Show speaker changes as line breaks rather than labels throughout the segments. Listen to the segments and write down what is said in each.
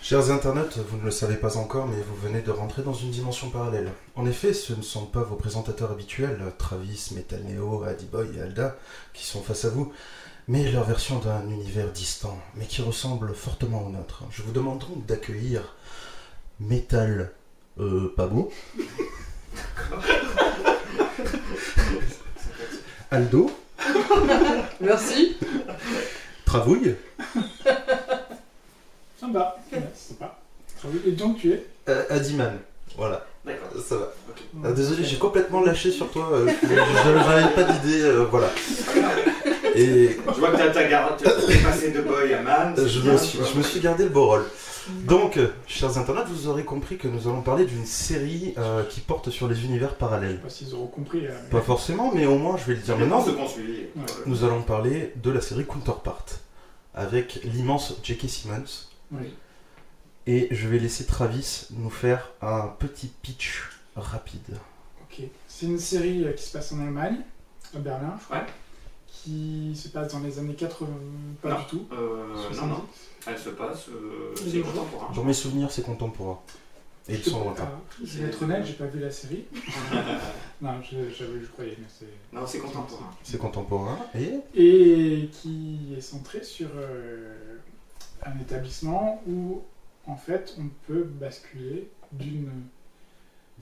Chers internautes, vous ne le savez pas encore, mais vous venez de rentrer dans une dimension parallèle. En effet, ce ne sont pas vos présentateurs habituels, Travis, Metal Neo, Adiboy et Alda, qui sont face à vous, mais leur version d'un univers distant, mais qui ressemble fortement au nôtre. Je vous demande donc d'accueillir Metal euh, Pabot, Aldo,
Merci.
Travaouille,
Sympa. Ouais, sympa. Et donc tu es
euh, Adiman. Voilà,
D'accord.
ça va. Ah, désolé, j'ai complètement lâché sur toi. euh, je- je- J'avais pas d'idée, euh, voilà. Et euh,
Je vois que t'as ta garde, tu es passé de boy à man. c'est
je
bien,
me, suis,
tu vois.
je me suis gardé le beau rôle. Donc, euh, chers internautes, vous aurez compris que nous allons parler d'une série euh, qui porte sur les univers
Je
parallèles.
sais pas s'ils auront compris. euh, mais-
Pas forcément, mais au moins je vais le dire
Les
maintenant.
courses se poursuivent.
Ouais.
Nous allons parler de la série Counterpart avec l'immense J.K. Simmons.
Oui.
Et je vais laisser Travis nous faire un petit pitch rapide.
Ok. C'est une série euh, qui se passe en Allemagne, à Berlin,
Ouais.
qui se passe dans les années 80, pas
Non.
du tout.
Euh, non,
70.
non, elle se passe, euh,
Ils
c'est
ont-
contemporain.
Dans mes souvenirs, c'est contemporain. Et ils sont lointains.
Euh, je vais être honnête, j'ai pas vu la série. non, je, j'avais- je croyais, mais c'est.
Non, c'est contemporain.
C'est contemporain. Et
et qui est centré sur euh, un établissement où en fait on peut basculer d'une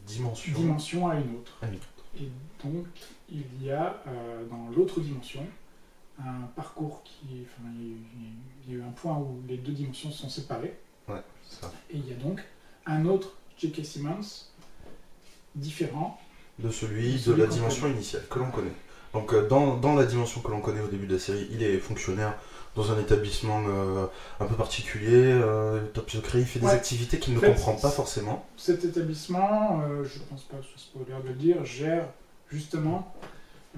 dimension.
dimension à une autre.
Ah oui.
Et donc il y a euh, dans l'autre dimension un parcours qui... Enfin, il y a eu- il y a eu un point où les deux dimensions sont séparées.
Ouais, c'est ça.
Et il y a donc un autre J.K. Simmons différent.
De celui de
Celui
la
qu'on
dimension initiale que l'on connaît. Donc, euh, dans, dans la dimension que l'on connaît au début de la série, il est fonctionnaire dans un établissement euh, un peu particulier, euh, top secret. Il fait des
Ouais.
activités qu'il ne
En fait,
comprend pas
c'est-
forcément.
Cet établissement, euh, je pense pas que ce soit spoiler de le dire, gère justement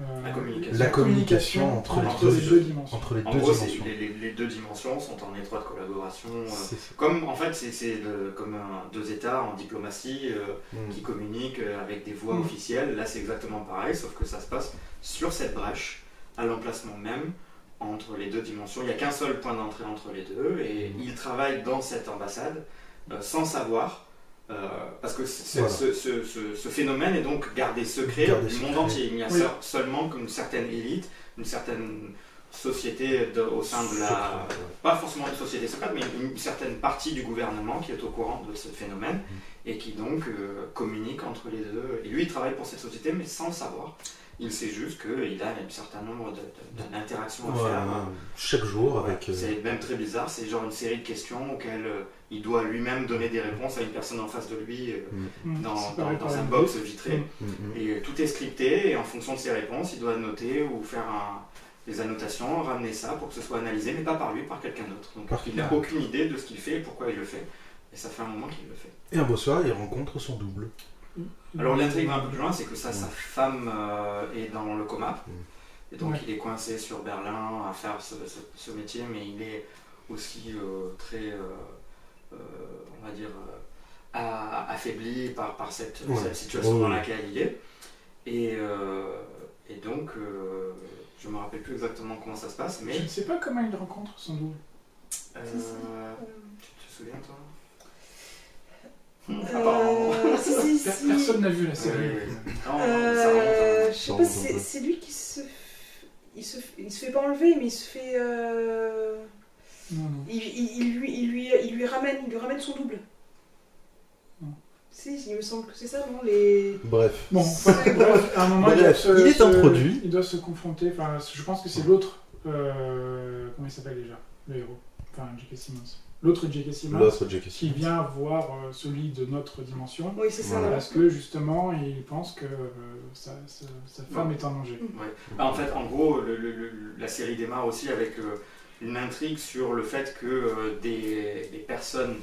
euh,
La communication.
La communication entre
les
les,
deux-
deux dimensions.
Entre les
En
deux
gros, c'est-
dimensions.
les, les- les deux dimensions sont en étroite collaboration. euh,
C'est ça.
Comme en fait, c'est- c'est le- comme un- deux États en diplomatie euh,
Mm.
qui communiquent euh, avec des voix
Mm.
officielles. Là, c'est exactement pareil, sauf que ça se passe sur cette brèche, à l'emplacement même entre les deux dimensions. Il n'y a qu'un seul point d'entrée entre les deux, et
Mm.
il travaille dans cette ambassade euh, sans savoir. euh, parce que c'est- c'est-
Voilà.
ce, ce- ce- ce phénomène est donc gardé secret
Gardé
du
secret.
monde entier. Il n'y a
Oui.
se- seulement qu'une certaine élite, une certaine société de- au sein de la,
Secret, ouais.
pas forcément une société secrète, mais une, une certaine partie du gouvernement qui est au courant de ce phénomène et qui donc euh, communique entre les deux. Et lui, il travaille pour cette société, mais sans le savoir. Il sait juste qu'il a un certain nombre de- de- de- d'interactions à
Ouais,
faire.
ouais, chaque jour
Ouais.
avec. euh,
C'est même très bizarre, c'est genre une série de questions auxquelles euh, il doit lui-même donner des réponses à une personne en face de lui euh,
Mm,
dans,
séparés
dans-
par
dans
la
un
grille.
box vitré.
Mm.
mm, mm.
Et euh, tout est scripté, et en fonction de ses réponses, il doit noter ou faire un- des annotations, ramener ça pour que ce soit analysé, mais pas par lui, par quelqu'un d'autre. Donc
Par
il n'a
quelqu'un.
aucune idée de ce qu'il fait et pourquoi il le fait. Et ça fait un moment qu'il le fait.
Et un beau soir, il rencontre son double.
Alors l'intrigue va un peu plus loin, c'est que ça, sa
Mm.
femme euh, est dans le coma.
Mm.
Et donc
Ouais.
il est coincé sur Berlin à faire ce, ce- ce métier, mais il est aussi euh, très, euh, euh, on va dire, euh, a- affaibli par, par cette,
Ouais.
cette situation
Ouais,
dans
ouais.
laquelle il est. Et, euh, et donc, euh, je me rappelle plus exactement comment ça se passe, mais
Je ne sais pas comment il rencontre son double.
euh, tu te souviens toi
Ah,
Euh,
Apparemment.
si, si,
Per-
si.
Personne n'a vu la série.
Oui, oui, oui. Non, non, ça remonte, hein.
Euh, je sais
Ça
pas,
remonte un
c'est
peu.
c'est lui qui se. f- Il se, f- il se fait pas enlever, mais il se fait. euh,
Non, non.
Il, il- il lui, il, lui, il lui ramène il lui ramène son double.
Non.
Si, il me semble que c'est ça, non les...
Bref.
Bon,
C'est-
bref, à un moment,
Bref,
doit se-
il est
se-
introduit.
Il doit se confronter. Enfin, je pense que c'est l'autre. euh, comment il s'appelle déjà Le héros. Enfin, J.K. Simmons. L'autre J.K. Simmons
L'autre J.K.
qui vient voir euh, celui de notre dimension.
Oui, c'est ça.
Voilà.
voilà.
Parce que justement, il pense que euh, sa, sa- sa femme est en danger.
Bah, en fait, en gros, le- le- le- la série démarre aussi avec euh, une intrigue sur le fait que euh, des, des personnes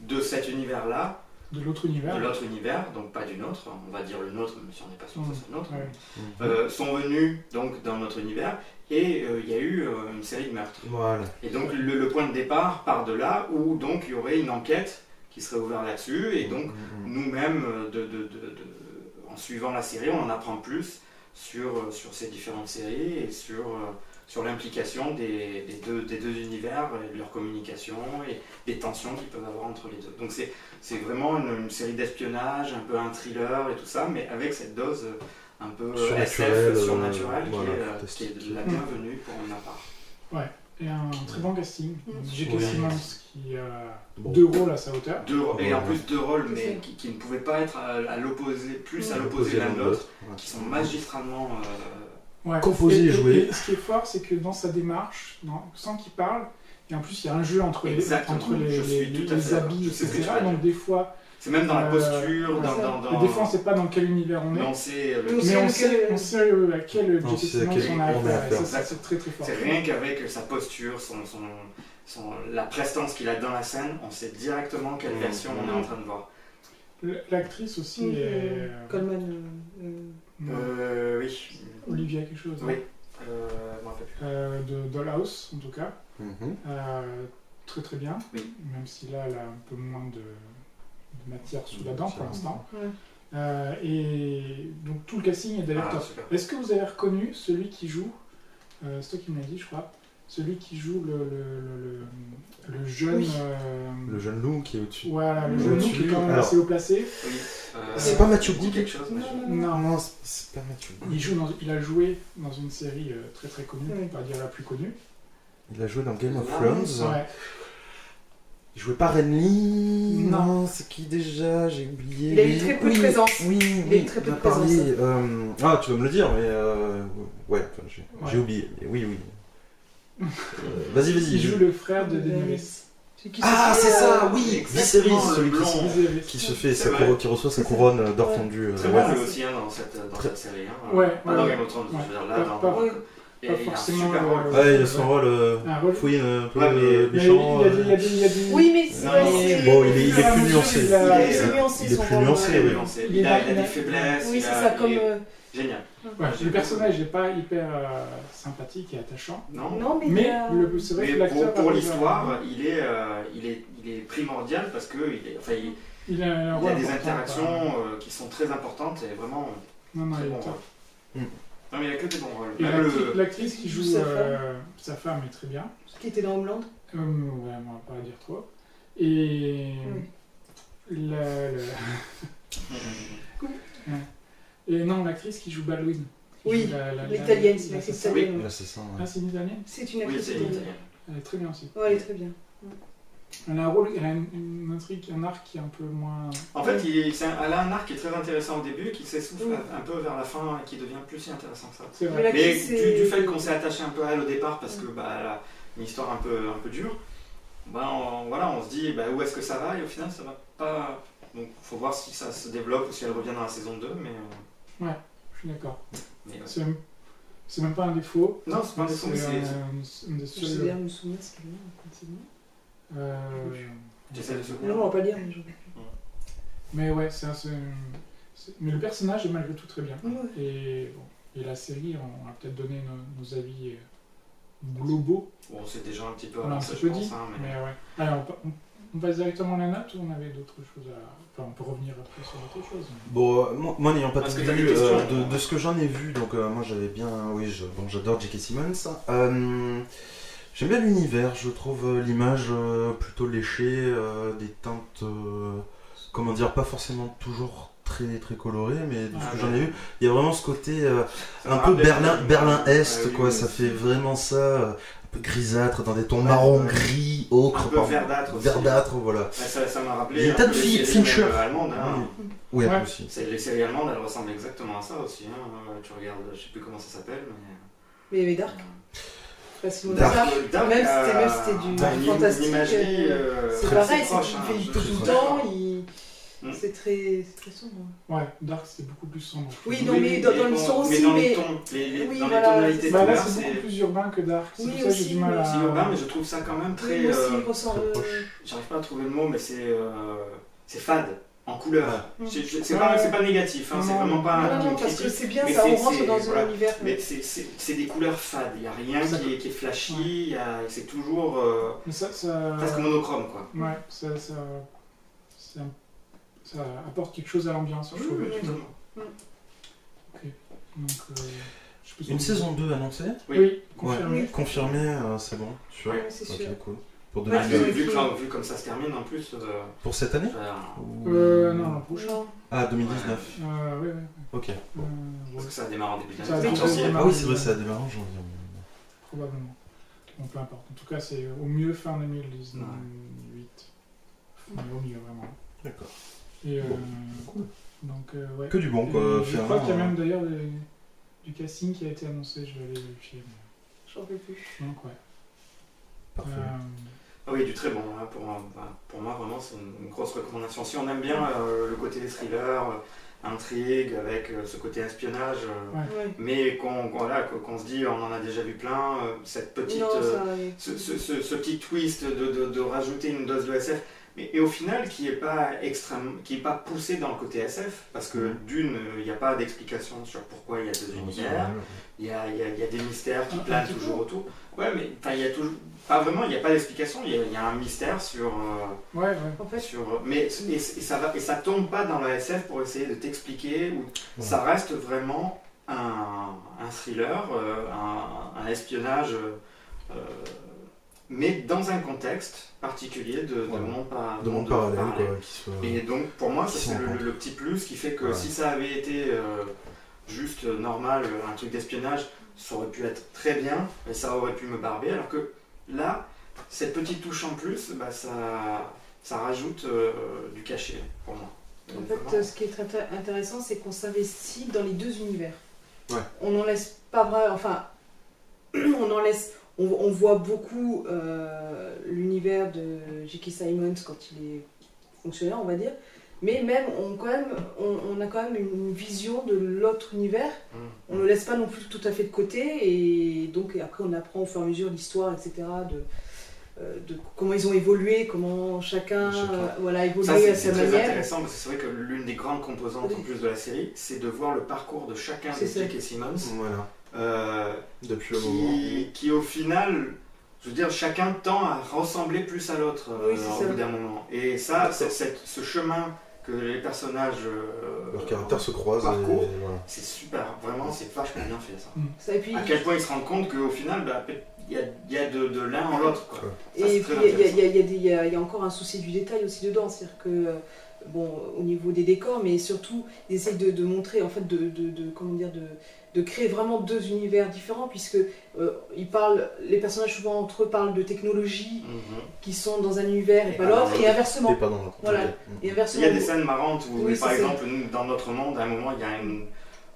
de cet univers-là,
De l'autre
de
univers.
l'autre univers, donc pas du nôtre, on va dire le nôtre, même si on n'est pas sûr que ce soit le nôtre,
Ouais.
Mm.
euh, sont venus donc dans notre univers et euh, il y a eu euh, une série de meurtres.
Voilà.
Et donc le, le point de départ part de là où donc il y aurait une enquête qui serait ouverte là-dessus et donc
Mm, mm.
nous-mêmes, euh, de- de- de- de- en suivant la série, on en apprend plus sur, euh, sur ces différentes séries et sur euh, sur l'implication des, des deux, des deux univers, et de leur communication et des tensions qu'ils peuvent avoir entre les deux. Donc c'est, c'est vraiment une, une série d'espionnage, un peu un thriller et tout ça, mais avec cette dose euh, un peu
Surnaturel,
SF,
euh,
surnaturelle, qui,
voilà,
est, euh, qui
fantastique.
est de la bienvenue pour ma part.
Et un très bon casting.
Mm.
J.K.
Oui.
Simmons qui a
mm. Bon.
deux rôles à sa hauteur.
Deux ro- Et en
Ouais.
plus deux rôles, mais
C'est-
qui, qui ne pouvaient pas être à, à l'opposé, plus
Mm.
à
Ouais.
l'opposé l'un de l'autre,
Ouais.
qui sont magistralement... euh,
Ouais.
Composé et joué.
ce qui est fort, c'est que dans sa démarche, non, sans qu'il parle, et en plus il y a un jeu entre les,
Exactement,
entre les,
je suis
les-
tout à
les
fait d'accord.
habits,
Je sais ce que
etc.
tu veux
Donc des fois,
C'est même dans la
Euh,
posture,
ouais,
dans,
ça.
dans,
et
dans...
des fois on sait pas dans quel univers on est,
Non, c'est le-
Non,
mais on
lequel-
sait, on sait euh, à quel
On
J.K.
sait à
Simmons
quel
on a
on a
affaire. Et
affaire.
ça, ça, c'est très très fort.
C'est rien qu'avec sa posture, son, son, son- la prestance qu'il a dans la scène, on sait directement quelle
Mmh.
version on est en train de voir.
L- L'actrice aussi
Mhm.
est.
Coleman. euh, euh,
non,
Euh, oui.
Olivia quelque chose.
Oui.
hein.
Euh, je m'en rappelle plus.
Euh, de Dollhouse en tout cas.
Mhm.
Euh, très très bien.
Oui.
Même si là, elle a un peu moins de, de matière sous la dent pour
Matière.
l'instant.
ouais.
Euh, et donc tout le casting est d'ailleurs
Ah,
top.
super.
Est-ce que vous avez reconnu celui qui joue, euh, c'est toi qui me l'as dit, je crois, celui qui joue le, le, le, le- le jeune.
Oui.
euh,
Le jeune loup qui est au-dessus.
Voilà, le
Le
jeune
jeune
qui est quand même
Alors.
assez haut placé.
Oui. Euh,
C'est pas Mathieu
dit
Good
quelque chose,
Non,
Mathieu
non, non.
Non,
Non, non, c'est- c'est pas Mathieu.
il, joue dans- il a joué dans une série euh, très très connue,
Oui.
pour pas dire la plus connue.
Il a joué dans Game of
Ah,
Thrones.
Ouais.
Il jouait pas Renly.
Non.
c'est qui déjà J'ai oublié.
Il a eu très peu de
Oui,
présence.
Oui, oui,
a eu très peu
on a
de présence.
parlé, euh, Ah, tu vas me le dire, mais. euh, Ouais, enfin, j'ai
Ouais.
j'ai oublié. mais oui, oui. Euh, vas-y, vas-y.
Il
je-
joue le frère de Daenerys.
C'est qui,
Ah,
ce
c'est
soir,
ça,
euh,
oui Viserys,
exactement,
celui
le
qui, se-
blond.
Viserys.
qui se fait,
C'est
sa
vrai.
couronne- qui reçoit sa couronne euh, d'or fondu. euh,
Très
ouais.
bien joué aussi hein, dans cette, dans
Très-
cette série. Hein.
Ouais,
Euh, pas
ouais,
dans
ouais.
Game of Thrones, je veux dire, là,
Ouais,
dans...
pas-
ouais.
et
pas
il a un
forcément
super
le-
rôle.
Ouais, il a son rôle euh,
Un rôle
fouine un peu
Ouais, mais-
euh,
Mais
méchant.
il y a des- il y a
euh,
des- il y a des-
Oui, mais c'est
Non,
vrai,
mais
c'est-
bon, il est- il est
au fur et à
plus
mesure,
nuancé.
Il a- il est
Il est-
plus nuancé.
il est
son
plus
rôle.
nuancé,
Très
oui.
nuancé.
Il
Il a,
est-
il a
il a-
des faiblesses.
Oui,
il
c'est
a-
ça, comme.
il est
euh,
Génial.
Ouais, le personnage n'est pas hyper euh, sympathique et attachant,
Non
Non, mais. il
mais
a-
le- c'est vrai que
Mais pour,
l'acteur.
pour
arrive à-
l'histoire, il, est, euh, il, est, il est primordial parce que il est- enfin, il-
il a, un
il y a
rôle
des
important, quoi.
interactions euh, qui sont très importantes et vraiment
Non, non,
très
il
bon
est
rôle.
top.
Mm.
Non, mais il n'y a que des bons rôles.
Et
Même
l'actri-
le...
l'actrice qui
Il
joue
joue sa
euh, sa femme est très bien.
Qui était dans Homeland
Euh, ouais, on va pas dire trop. Et. la- la-
Mm.
Et non, l'actrice qui joue Baldwin. qui
Oui,
joue la- la- la-
l'italienne, c'est
la-
l'actrice
sa-
oui.
italienne.
Là, c'est ça. ouais.
Ah, c'est une italienne
C'est une
Oui,
actrice
c'est
italienne.
italien.
Elle est très bien aussi.
Ouais, elle est très bien.
Elle a un rôle, elle a une, une intrigue, un arc qui est un peu moins.
En fait, il est- c'est un- elle a un arc qui est très intéressant au début, qui s'essouffle
Oui.
un peu vers la fin et qui devient plus si intéressant que ça.
C'est
Mais
vrai.
la-
Mais
L'actrice,
du,
c'est-
du fait qu'on s'est attaché un peu à elle au départ parce que bah, elle a une histoire un peu, un peu dure, bah, on, voilà, on se dit bah, où est-ce que ça va et au final ça va pas. Donc faut voir si ça se développe ou si elle revient dans la saison 2. Mais, euh,
Je suis d'accord.
mais, ouais.
C'est c'est même pas un défaut.
Non, c'est pas un euh,
C'est
défaut, mais Ah, c'est.
un- un des
Je sais
seuls.
bien me souvenir ce qu'elle est, continue.
euh,
J'essaie de souvenir.
Non, on va pas dire, mais je.
Mais ouais, c'est un- c'est un- c'est- Mais le personnage est malgré tout très bien.
Ouais.
Et, bon, et la série, on va peut-être donner nos, nos avis euh, globaux.
Bon, c'est déjà un petit peu
Voilà,
avancé,
un
je
petit peu
pense.
dit,
hein, mais-
Mais ouais. Allez, on, pa- on- on passe directement à la note ou on avait d'autres choses à. Enfin, on peut revenir après sur d'autres choses.
Bon, euh, moi, moi, n'ayant pas
Parce
tout
que t'as des
vu,
questions.
euh, de, de ce que j'en ai vu, donc euh, moi j'avais bien. Oui, je- bon, j'adore J.K. Simmons. Euh, J'aime bien l'univers, je trouve euh, l'image euh, plutôt léchée, euh, des teintes. euh, comment dire, pas forcément toujours très très colorées, mais de ce
Ah,
que
ouais.
j'en ai vu, il y a vraiment ce côté. euh,
Ça me
un peu
rappelle-
Berlin, Berlin Est,
Ah oui,
quoi.
oui.
ça fait vraiment ça, euh, un peu grisâtre, dans des tons
Ouais,
marron,
ouais.
gris,
Un
ocre,
peu
par-
verdâtre aussi.
verdâtre, voilà.
Ouais, Ça ça m'a rappelé.
Il y a
un
tas
peu
de
les
filles,
séries,
Fincher. Mm.
euh, allemandes, hein.
Oui,
Ouais.
aussi.
C'est- Les séries allemandes, elles ressemblent exactement à ça aussi. hein. Euh, Tu regardes, je sais plus comment ça s'appelle, mais. euh,
Mais il y avait Dark. Facilement
Dark.
Dark.
Dark,
Même si
euh,
c'était- même si c'était du
une- une
fantastique,
imagerie, euh,
C'est
très
pareil, c'est
proche, hein,
qu'il fait
je-
tout le
je-
temps, il-
Hmm.
c'est très, c'est très sombre.
Ouais, Dark, c'est beaucoup plus sombre.
Oui, non, mais dans- dans l'histoire
bon,
aussi,
dans les
mais-
tons, les, les-
Oui,
dans
voilà,
les tonalités
c'est-
de
Bah, là,
couleurs,
c'est beaucoup plus urbain que Dark. C'est
Oui,
pour ça que j'ai
aussi,
du mal
mais
à.
c'est urbain, mais je trouve ça quand même très.
Oui, aussi,
euh,
il ressort,
très
euh,
proche.
J'arrive pas à trouver le mot, mais c'est euh, c'est fade en couleur.
Ouais.
C'est- je- C'est
Ouais.
pas, c'est pas négatif, hein, c'est
Non,
vraiment pas
Non,
un
non, non,
truc
parce que
critique,
c'est bien,
mais
ça,
c'est-
on rentre
c'est-
dans
voilà.
un univers. euh,
mais c'est- c'est c'est des couleurs fades. Il y a rien
Ça-
qui est, qui est flashy, il y a- c'est toujours euh,
Mais ça, ça-
presque monochrome quoi.
Ouais, ça, ça, ça, ça apporte quelque chose à l'ambiance, je trouve.
Exactement.
Donc, euh, Je peux-
Une saison 2 annoncée
Oui, confirmé.
Oui.
Confirmée, euh, c'est bon Sûr
Ouais, c'est sûr.
Ok, cool. Pour,
Ouais,
Vu,
2000
c'est-
vu que là, vu comme ça se termine en plus. euh,
pour cette année
euh,
Ou-
Euh, non, l'an prochain.
Non.
Ah, 2019.
Euh, ouais, ouais.
Ok.
Euh,
parce
ouais,
que ça démarre en début
Ça a
d'année.
commencé
potentiel.
Ah oui, c'est vrai, ça a démarré en janvier.
probablement. Bon, peu importe. En tout cas, c'est au mieux fin 2018. Mais au mieux, vraiment.
D'accord.
Et, euh,
Cool.
Donc, euh, ouais.
Que du bon, quoi.
Et je
finalement,
crois qu'il y a
euh,
même d'ailleurs des- du casting qui a été annoncé, je vais aller vérifier. mais-
J'en peux plus.
Donc, ouais.
Parfait.
Euh,
Ah oui, du très bon. hein, Pour, moi- bah, pour moi, vraiment, c'est une, une grosse recommandation. Si on aime bien euh, le côté thriller, euh, intrigue, avec euh, ce côté espionnage, euh,
Ouais.
Ouais.
mais qu'on qu'on- voilà, qu'on- qu'on se dit, on en a déjà vu plein, euh, cette petite,
non,
euh,
ça arrive.
ce, ce- ce- ce petit twist de, de- de rajouter une dose de SF, mais, et au final, qui n'est pas, extrême- qui est pas poussé dans le côté SF, parce que d'une, il n'y a pas d'explication sur pourquoi il y a deux univers. Il y, a, il y a- il y a des mystères qui
Un- un
planent
petit peu.
toujours autour. Ouais, mais enfin, il y a toujours. Pas vraiment, il n'y a pas d'explication, il y, a- il y a un mystère sur. euh,
ouais, ouais.
En fait,
sur mais et, et ça va, et ça tombe pas dans la SF pour essayer de t'expliquer. Ou,
Ouais.
Ça reste vraiment un, un thriller, euh, un, un espionnage, euh, euh, mais dans un contexte particulier de, de
Voilà.
monde par-
De monde parallèle, quoi. Qui soit...
et donc pour moi, ça
Qui
c'est
sont
le,
en
le- le petit plus qui fait que
Ouais.
si ça avait été euh, juste euh, normal, euh, un truc d'espionnage, ça aurait pu être très bien, et ça aurait pu me barber. Alors que là, cette petite touche en plus, bah, ça, ça rajoute euh, du cachet pour moi.
En
Donc,
fait, euh,
vraiment.
ce qui est très très intéressant, c'est qu'on s'investit dans les deux univers.
Ouais.
On n'en laisse pas vrai. Enfin, on en laisse. On, on voit beaucoup euh, l'univers de J.K. Simons quand il est fonctionnaire, on va dire. Mais même, on, quand même, on, on a quand même une vision de l'autre univers. On ne le laisse pas non plus tout à fait de côté. Et donc, et après, on apprend au fur et à mesure l'histoire, etc. De, euh, de comment ils ont évolué, comment chacun,
Chacun.
euh, voilà, a évolué
Ça, c'est
à
c'est
sa
très
manière.
intéressant parce que c'est vrai que l'une des grandes composantes en
Oui.
plus de la série, c'est de voir le parcours de chacun
C'est
des
ça. Mm.
Dick et Simmons.
Voilà.
Euh,
Depuis le moment.
qui, qui, au final, je veux dire, chacun tend à ressembler plus à l'autre euh,
Oui, c'est
au
ça.
bout d'un moment. Et ça, c'est- c'est- ce chemin que les personnages euh,
Leurs caractères se croisent.
Parcours.
Et... Voilà.
c'est super, hein. vraiment, c'est vachement bien fait ça.
Ça, et puis,
À quel point ils se rendent compte qu'au final, bah, il y a, il y a de, de l'un en l'autre. quoi. Ça, c'est
Et
très
puis il y, a-
intéressant.
il y a- il y a des- il y a- il y a encore un souci du détail aussi dedans, c'est-à-dire que euh, bon, au niveau des décors, mais surtout ils essayent de, de montrer en fait de, de- de- comment dire de, de créer vraiment deux univers différents puisque euh, ils parlent, les personnages souvent entre eux parlent de technologies
Mhm.
qui sont dans un univers et
Et
pas
pas dans
l'autre et
l'autre.
T'es
inversement.
pas dans l'autre.
Voilà.
Ok.
Et
Il
inversement.
y a Ah, des scènes marrantes où,
Oui,
par
c'est ça.
exemple, nous, dans notre monde, à un moment, il y a une.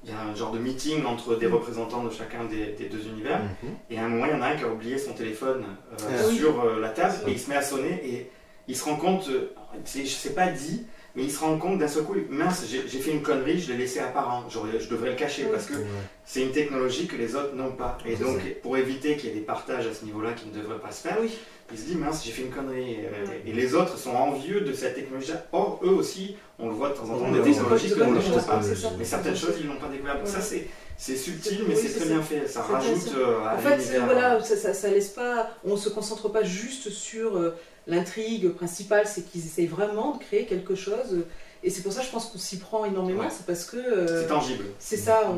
Il y a un genre de meeting entre des
Mm.
représentants de chacun des, des deux univers.
hum,
Mhm.
Et à un moment, il y en a un qui a oublié son téléphone euh,
Ah
oui.
sur euh, la table
Ça.
et il se met à sonner et il se rend compte, euh, c'est- je sais pas dit, mais il se rend compte d'un seul coup, mince, j'ai j'ai fait une connerie, je l'ai laissé apparent, J'aurais- je devrais le cacher
Oui.
parce que
Ouais.
c'est une technologie que les autres n'ont pas. Et
C'est
donc,
ça.
pour éviter qu'il y ait des partages à ce niveau-là qui ne devraient pas se faire,
Oui.
il se dit, mince, j'ai fait une connerie. Euh,
Ouais.
Et les autres sont envieux de cette technologie-là. Or, eux aussi, on le voit de temps en temps,
On
des
le-
technologies
on
que l'on
le-
ne
on le-
trouve pas.
c'est ça.
Mais certaines choses, ils l'ont pas découvert. Donc, ça,
Voilà.
c'est. C'est subtil,
C'est-
mais
oui,
c'est
c'est
très
ça.
bien fait. Ça
C'est
rajoute
intéressant.
euh, à
En fait,
l'univers.
voilà, ça, ça, ça laisse pas, on se concentre pas juste sur euh, l'intrigue principale, c'est qu'ils essayent vraiment de créer quelque chose. euh, Et c'est pour ça, je pense qu'on s'y prend énormément,
Ouais.
c'est parce que euh,
C'est tangible.
c'est ça,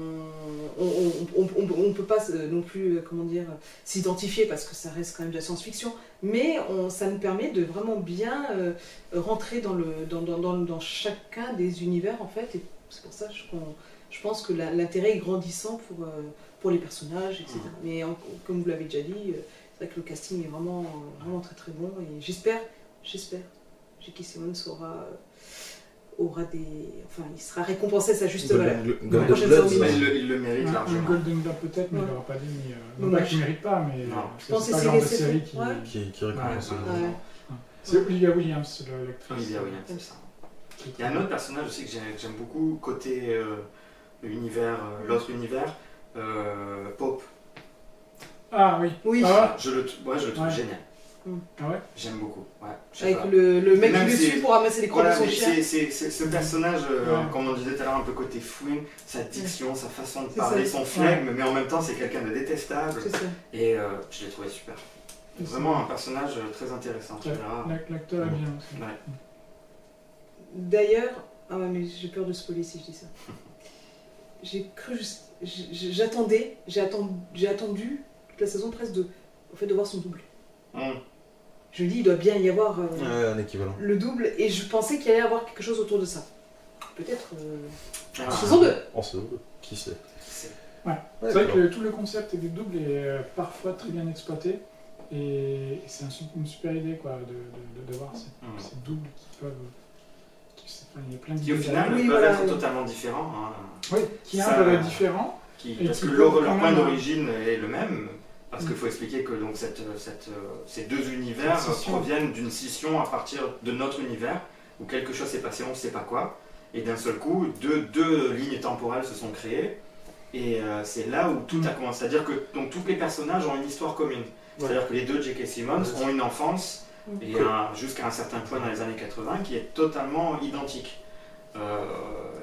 on, on, on, on- on peut pas euh, non plus, euh, comment dire, euh, s'identifier parce que ça reste quand même de la science-fiction, mais on, ça nous permet de vraiment bien euh, rentrer dans, le, dans, dans, dans, dans chacun des univers en fait, et c'est pour ça je, qu'on- je pense que la- l'intérêt est grandissant pour, euh, pour les personnages, etc.
Mhm.
Mais en- comme vous l'avez déjà dit, euh, c'est vrai que le casting est vraiment, euh, vraiment très très bon, et j'espère, j'espère, J.K. Simmons aura, euh, aura des... Enfin, il sera récompensé à sa juste valeur.
Golden, Golden
Prochaine
Bloods, euh,
série.
Mais il le, il le mérite
Un, un
largement.
Golden Globe peut-être, mais
Ouais.
il l'aura pas dit. Mais, euh, non
Dommage.
pas qu'il mérite pas, mais
Non.
euh,
Je
c'est
pense
pas
que
le
c'est
genre de
les
série
séries,
qui.
ouais.
Qui, qui récompense.
Ouais,
euh,
ouais.
C'est Olivia Williams, la- l'actrice.
Olivia Williams, c'est ça.
qui est-
Il y a un autre personnage aussi que j'ai- que j'aime beaucoup, côté euh, univers, euh, l'autre univers, euh, Pope.
Ah oui.
Oui.
Ah,
Je le, t- ouais, je le trouve
Ouais.
génial.
Ah ouais
J'aime beaucoup. Ouais, je sais
Avec
pas.
le, le mec
Même
qui le
si-
suit pour ramasser les crocs
Voilà,
de son
mais
chien.
c'est- c'est c'est- ce personnage, euh,
Ouais.
comme on disait tout à l'heure, un peu côté fouine, sa diction, sa façon de
C'est
parler,
ça.
son flegme, mais en même temps c'est quelqu'un de détestable.
C'est ça.
Et euh, je l'ai trouvé super.
C'est ça.
Vraiment un personnage euh, très intéressant. en
Ouais.
général.
L'ac- L'acteur est bien. aussi.
Ah. Ouais.
D'ailleurs, ah ouais, mais j'ai peur de spoiler si je dis ça. j'ai cru, jus- j'- j'- j'attendais, j'ai attendu, j'ai attendu toute la saison presque de, au fait de voir son double.
Hum.
Je me dis, il doit bien y avoir euh,
Ouais, un équivalent.
le double, et je pensais qu'il allait y avoir quelque chose autour de ça. Peut-être euh,
Ah.
saison 2.
En saison 2, qui sait
C'est-
C'est vrai que tout le concept des doubles est euh, parfois très bien exploité. Et c'est un su- une super idée quoi, de, de, de- d'avoir ces,
Hum.
ces doubles qui peuvent. euh, qui- c'est- enfin, il y a plein de
Qui au
doubles
final
Oui,
peuvent
voilà,
être
oui.
totalement différents. hein.
Oui, qui
Ça-
un peu différent.
Qui-
Et
parce
qui
que
peuvent
leur,
quand
leur
même,
point
hein.
d'origine est le même. Parce qu'il
Mm.
faut expliquer que donc, cette, cette, euh, ces deux univers
Cette scission.
proviennent d'une scission à partir de notre univers, où quelque chose s'est passé, on ne sait pas quoi. Et d'un seul coup, deux, deux lignes temporelles se sont créées. Et euh, c'est là où tout
Mm.
a commencé. C'est-à-dire que donc, tous les personnages ont une histoire commune. C'est-à-dire que les deux J.K. Simmons
Ouais.
ont une enfance
Mm.
et un- jusqu'à un certain point dans les années 80 qui est totalement identique. Euh,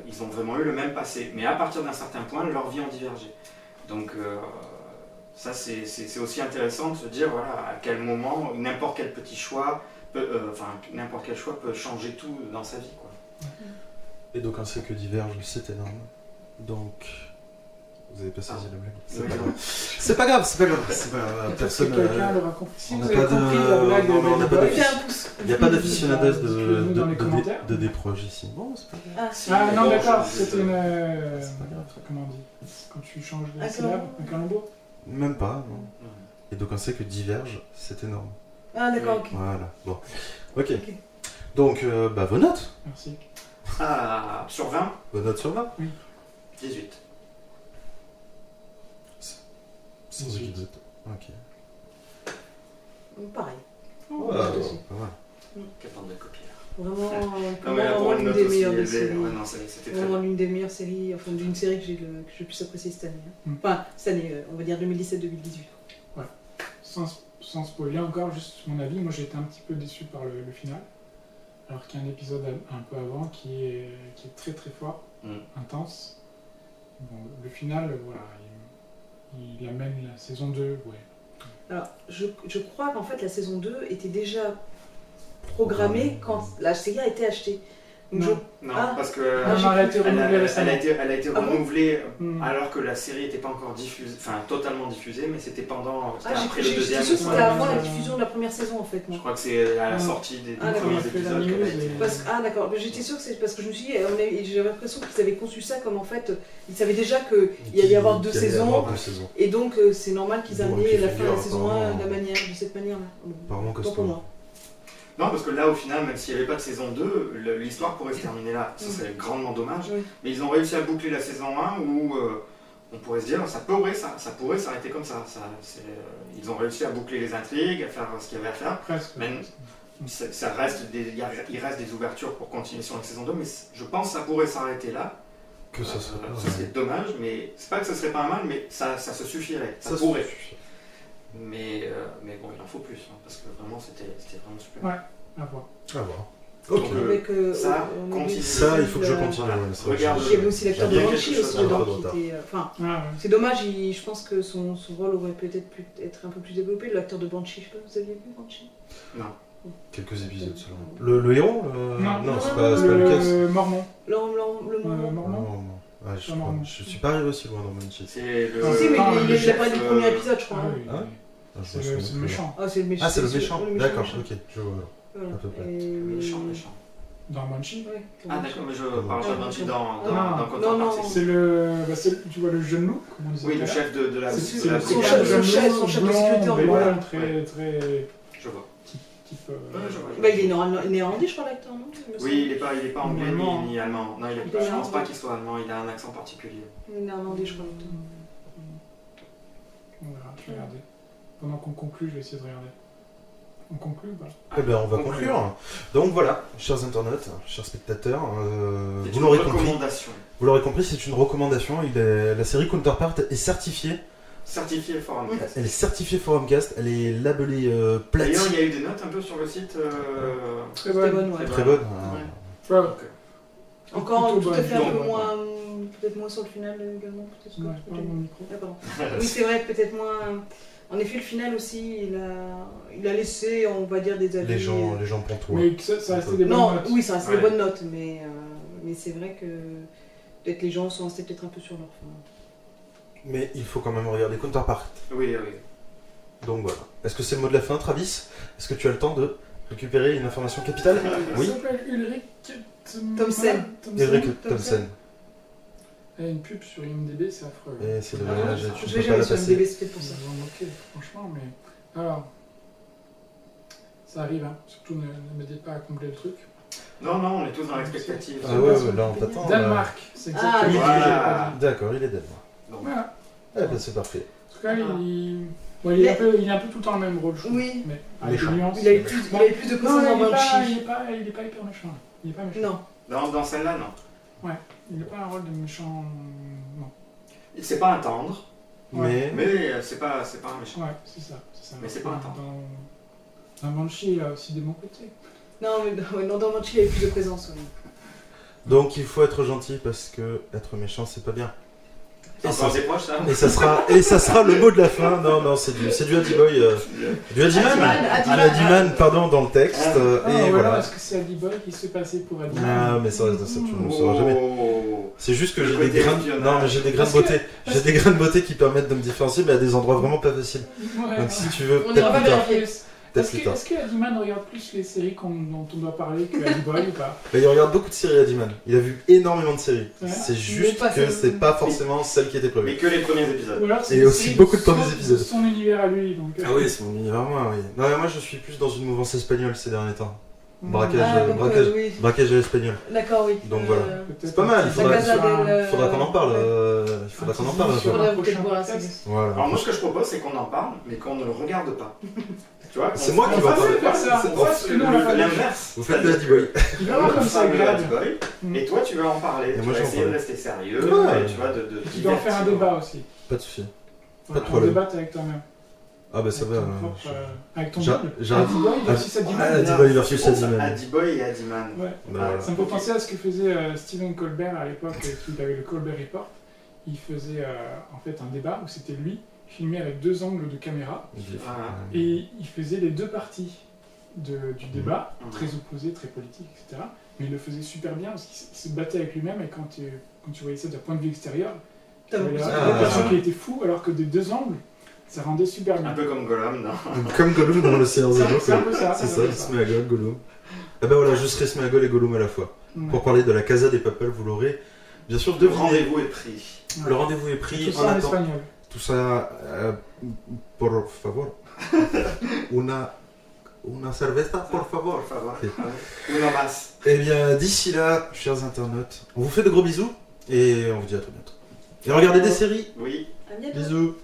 ils ont vraiment eu le même passé, mais à partir d'un certain point, leurs vies ont divergé. Donc euh, ça, c'est- c'est c'est aussi intéressant de se dire voilà à quel moment n'importe quel petit choix, peut, euh, enfin n'importe quel choix peut changer tout dans sa vie. Quoi.
Et donc un siècle diverge, c'est énorme. Donc. Vous avez passé
Ah.
la blague
Oui,
C'est pas grave.
non.
C'est pas grave, c'est pas grave. C'est pas grave.
Peut-être
Personne.
que quelqu'un
euh,
l'aura compris. Si
on
vous
n'a
avez
pas de-
compris la blague
non, mais on
de
n'a pas
Bad
de-
Boys,
Fais un pouce.
Il n'y a pas d'aficionados de, de,
Dites-le-nous dans les
de,
commentaires.
de, des proches ici. Bon, c'est pas grave.
Ah,
Si,
Ah
mais
non,
bon,
d'accord,
je- je-
c'était une. euh,
C'est pas grave.
Comment on dit Quand tu changes de
Ah,
Un
syllabe,
calembour.
un calembour
Même pas, non. Et donc un siècle diverge, c'est énorme.
ah d'accord, ok.
Voilà, bon. Ok.
Ok.
Donc, euh, bah, vos notes.
Merci.
Ah, sur 20,
Vos notes sur 20.
18.
Sans
Dix-huit.
anecdote. Ok.
Donc, Pareil.
Ouais,
Voilà.
ouais, pas mal.
Quelle bande de copieurs.
Vraiment, pour
Non,
moi,
mais là, euh, pour
vraiment
une
l'une
note
des
aussi
meilleures des
élevée,
séries.
ouais, non, c'est- c'était très
Vraiment l'une des meilleures séries, enfin d'une série que j'ai le- que je puisse apprécier cette année. hein.
Mm.
Enfin, cette année, euh, on va dire 2017-2018.
sans, sans spoiler encore, juste mon avis, moi j'ai été un petit peu déçu par le, le final. Alors qu'il y a un épisode un un peu avant qui est, qui est très très fort,
Mm.
intense. Bon, le final, voilà, il, il amène la saison 2, ouais.
Alors, je, je crois qu'en fait la saison 2 était déjà programmée quand la série a été achetée. Donc,
Non.
je-
Non,
Ah.
parce que euh,
Ah,
Non, non, elle a été
elle, a,
renouvelée
elle a
récemment.
été, elle a été
Ah bon
renouvelée
Mm.
alors que la série n'était pas encore diffusée, enfin totalement diffusée, mais c'était pendant, c'était
Ah,
après
j'ai-
le
j'ai-
deuxième.
j'étais sûre
ou
que c'était
un
avant
autre.
la
euh,
diffusion de la première saison en fait.
Je
Moi.
crois que c'est à la
Ah.
sortie des, des
Ah, d'accord,
premiers
parce que la
épisodes qu'elle a
news
été.
est-
Parce que- ah d'accord, mais j'étais sûre que c'est parce que je me suis dit, eh, on avait- j'avais l'impression qu'ils avaient conçu ça comme en fait, ils savaient déjà que il y allait y avoir deux
Qu'il allait y
saisons,
avoir deux saisons.
et donc euh, c'est normal qu'ils
Bon,
amenaient la fin de la
cliffhanger,
saison 1 de, la
apparemment.
manière, de cette manière-là.
Apparemment
Tant pour moi.
costaud.
Non, parce que là, au final, même s'il n'y avait pas de saison 2, le- l'histoire pourrait se terminer là. Ce serait grandement dommage.
Oui.
Mais ils ont réussi à boucler la saison 1 où euh, on pourrait se dire ça pourrait, ça, ça pourrait s'arrêter comme ça. ça c'est, euh, ils ont réussi à boucler les intrigues, à faire ce qu'il y avait à faire.
Presque.
Même- Ça, ça reste des, il y a- il reste des ouvertures pour continuer sur la saison 2, mais c- je pense que ça pourrait s'arrêter là.
Que ça soit.
Euh, ça serait dommage, mais c'est pas que ce serait pas mal, mais ça, ça se suffirait, ça,
Ça se-
pourrait. Mais, euh, mais bon, il en faut plus, hein, parce que vraiment, c'était c'était vraiment super.
Ouais. À voir.
À voir. Ok.
Donc, euh,
Avec, euh,
ça,
on- on
continue.
oublie
Ça, il faut que je
la-
continue.
Voilà.
ouais, ça,
Regarde. euh,
je-
Il y avait aussi l'acteur
Il
de
y a
Banshee
quelque chose
aussi
à
dedans
prendre en
qui
retard.
était. euh, Enfin,
Ah, ouais.
c'est dommage, il- je pense que son, son rôle aurait peut-être pu être un peu plus développé. L'acteur de Banshee, je sais pas, vous aviez vu Banshee
Quelques épisodes seulement. Le, le héros le-
Non,
non c'est
non,
pas,
non,
Ah, c'est pas
non,
Lucas.
Le Euh, Mormon.
L'homme, l'homme, le
Euh,
moment.
Non,
Mormon.
non, non. Ouais, je, suis
Non,
pas-
non.
je suis pas arrivé aussi loin dans Manchester.
C'est le.
Euh,
si, mais
non,
il,
le
il a
chef,
parlé du
euh,
premier épisode, je crois.
Ah, oui,
Hein
oui.
Ah, je
C'est
me
le,
souviens
c'est
plus.
le méchant.
Ah, c'est le méchant.
Ah, c'est le méchant.
le
D'accord,
méchant.
ok. Je vois.
Voilà.
à peu près.
Et-
le méchant, méchant.
Dans Banshee.
Ouais, le
Ah,
méchant.
d'accord, mais je parle pas de Banshee dans, dans,
Non,
dans
non,
Contrepartie.
non.
C'est le. Bah, c'est- tu vois le jeune loup Comment on disait
Oui,
tout à
le
l'heure
chef de, de la.
C'est-
de
c'est
Ah, la
le- son
brigade.
chef-
Je-
son chef-
son chef de
blanc,
sécurité,
blanc,
voilà.
Très, très.
Je vois.
type, euh,
Ouais, je vois.
Bah, il est néerlandais, néerlandais, je crois, l'acteur, non Il me
Oui, il
semble.
est pas, il est pas anglais
Allemand.
ni, ni allemand. Non, il est
Il
pas,
est
je pense
allemand.
pas qu'il soit allemand, il a un accent particulier.
il est néerlandais, je crois. l'acteur.
On verra, je vais regarder. Pendant qu'on conclut, je vais essayer de regarder. On conclut bah.
Eh ben, on va
Concluons.
conclure. Donc voilà, chers internautes, chers spectateurs, euh,
C'est
vous
une
l'aurez compris.
recommandation.
Vous l'aurez compris, c'est une recommandation. Il est- La série Counterpart est certifiée.
Certifié Forum.
Elle est certifiée Forumcast. Elle est labellée euh,
D'ailleurs, il
platine.
y a eu des notes un peu sur le site. euh,
Très
C'était
bonne.
bonne, ouais.
Très
Très bonne.
Ouais.
Enfin,
donc,
Encore
plutôt
tout à
bonne.
fait un peu
Ouais.
moins. Peut-être moins sur le final euh, également, peut-être
Ouais,
quoi,
pas
peut-être.
mon micro.
Ah, pardon. Oui, c'est vrai, peut-être moins. En effet, le final aussi, il a, il a laissé, on va dire, des avis. euh,
Les gens, les gens pontois.
Mais que ça, ça restait des bonnes
Non,
notes.
oui, ça reste
Ouais.
des bonnes notes, mais, euh, mais c'est vrai que peut-être les gens sont restés peut-être un peu sur leur fin.
Mais il faut quand même regarder Counterpart.
Oui, oui.
Donc voilà. Est-ce que c'est le mot de la fin, Travis Est-ce que tu as le temps de récupérer une information capitale Oui.
Il s'appelle Ulrich Tom-
Thomsen.
Thomsen.
Eric Thompson.
Elle a une pub sur IMDB, c'est affreux.
Et c'est
Ah,
dommage,
ça-
tu peux
Je vais
pas
jamais
la
sur
passer.
MDB, c'est peut-être pour
Ils
ça.
vont manquer, franchement, mais. Alors. Ça arrive, hein. Surtout ne, ne m'aidez pas à combler le truc.
Non, non, on est tous dans l'expectative.
Ah ouais, ouais, là on t'attend. là.
Danemark, c'est exactement
Ah,
ce que j'ai
voilà.
pas dit.
D'accord, il est Danemark.
Voilà.
Ah bah c'est parfait.
En tout cas,
Ah.
il... bon, il, est
Mais-
un peu, il est un peu tout le temps le même rôle, je trouve.
Oui.
Mais avec
Méchant.
une nuance.
Il a eu plus, il a eu plus de
Non,
présence
il
dans
est, pas,
Banshee.
il, est pas, il est pas hyper méchant. Il est pas méchant.
Non,
Dans, dans celle-là, non.
Il n'a pas un rôle de méchant. Non.
C'est pas un tendre,
Mais.
mais euh, c'est pas, c'est pas un méchant.
Ouais, c'est ça. C'est ça.
Mais c'est pas un temps.
Dans, dans Banshee, il a aussi des bons côtés.
non, mais dans- ouais, non, dans Banshee, il y avait plus de présence. oui.
Donc il faut être gentil parce que être méchant c'est pas bien.
C'est
Et
encore
Ah, ça-
des proches, ça
Et ça sera, et ça sera le mot de la fin. Non, non, c'est du, c'est du Hadi Boy. euh, du Hadiman.
Hadiman, Hadiman.
Hadiman, pardon, dans le texte. euh,
Ah,
et
ou alors,
voilà.
est-ce que c'est Adi Boy qui se passait pour Adi Mmh.
Ah, mais ça, ça, ça, tu ne le sauras jamais.
Oh.
C'est juste que
Le
j'ai des
côté
grains,
espionnage.
non, mais j'ai des grains de
Parce que-
beauté. J'ai des grains de beauté qui permettent de me différencier, mais à des endroits vraiment pas faciles.
Ouais.
Donc si tu veux,
On
peut-être
ira
plus
pas
tard.
vérifier.
Peut-être
Est-ce
plus
que,
tard.
est-ce que Adiman regarde plus les séries qu'on- dont on doit parler que Adi Boy ou pas
Mais il regarde beaucoup de séries, Adiman. Il a vu énormément de séries.
Ouais.
C'est
Mais
juste
pas
que
celle-
c'est pas forcément celle qui était
Mais
prévue.
que les premiers épisodes.
Ou alors c'est
Et
des
aussi
séries
beaucoup de
de
premiers
son-
épisodes.
de Son univers à lui, donc. euh,
Ah oui, c'est mon univers, moi, oui. Non, mais moi, je suis plus dans une mouvance espagnole ces derniers temps.
Mm.
Braquage.
Ah,
euh,
donc,
braquage.
euh, oui.
Braquage à l'espagnol.
D'accord, oui.
Donc,
Euh,
voilà.
Peut-être
C'est pas mal, il
un petit-
faudra-
La Casa del, euh,
Faudra qu'on en parle. euh, Il faudra
Ah,
qu'on en
si,
parle un
si,
jour.
si.
Faudra peut-être voir la série.
Voilà.
Alors moi, ce que je propose, c'est qu'on en parle, mais qu'on ne le regarde pas. tu vois
C'est
on-
moi qui
on
vais en
fasse-
parler.
on fasse
C'est-
le-
on fasse ce que nous, on l'a pas fait.
L'inverse.
Vous faites Ah, le Hadi Boy.
Il va avoir comme ça,
le
grade.
Bad Boy,
Mm.
et toi, tu vas en parler.
Et
tu
moi,
vas
je vais en
essayer de
parler.
rester sérieux,
Ouais.
et tu vois, de, de
Tu dois en faire un
divertir.
débat aussi.
Pas de soucis. de
Pas
problème.
Un débat avec toi-même.
Ah bah ça
Avec
va.
ton
euh,
propre,
je-
euh, Avec ton
J'a-
double.
j'a-
Adi Boy versus
Ah,
Adi Man.
Hadi Boy versus
Oh, ça,
Hadi Man.
Hadi Boy et Hadi Man.
Ouais.
Bah, voilà.
Ça me fait penser à ce que faisait euh, Stephen Colbert à l'époque, euh, qu'il avait le Colbert Report. Il faisait euh, en fait un débat où c'était lui filmé avec deux angles de caméra
Voilà.
Mm.
et il faisait les deux parties de- du débat,
Mhm.
très opposés, très politiques, etc. Mais il le faisait super bien parce qu'il se- il se battait avec lui-même et quand tu, quand tu voyais ça d'un point de vue extérieur, tu
T'as
avais
beaucoup
Ah.
l'impression qu'il était fou alors que des deux angles, ça rendait super
Un
bien.
peu comme Gollum, non
Comme Gollum dans le Seigneur des
C'est un-
Anneaux.
c'est un peu ça.
C'est
un
ça,
peu
Smeagol, Gollum. Ah bah voilà, je serai Smeagol et Gollum à la fois.
Ouais.
Pour parler de la Casa des Papels, vous l'aurez bien sûr
Le
deviné.
rendez-vous est pris.
Le rendez-vous est pris,
Tout ça
on
en
attend.
espagnol.
Tout ça, euh, por favor. Una, una cerveza, por favor.
Por favor.
Ok.
Ou en masse.
Eh bien, d'ici là, chers internautes, on vous fait de gros bisous et on vous dit à très bientôt. Et regardez des séries.
Oui.
À bientôt.
Bisous.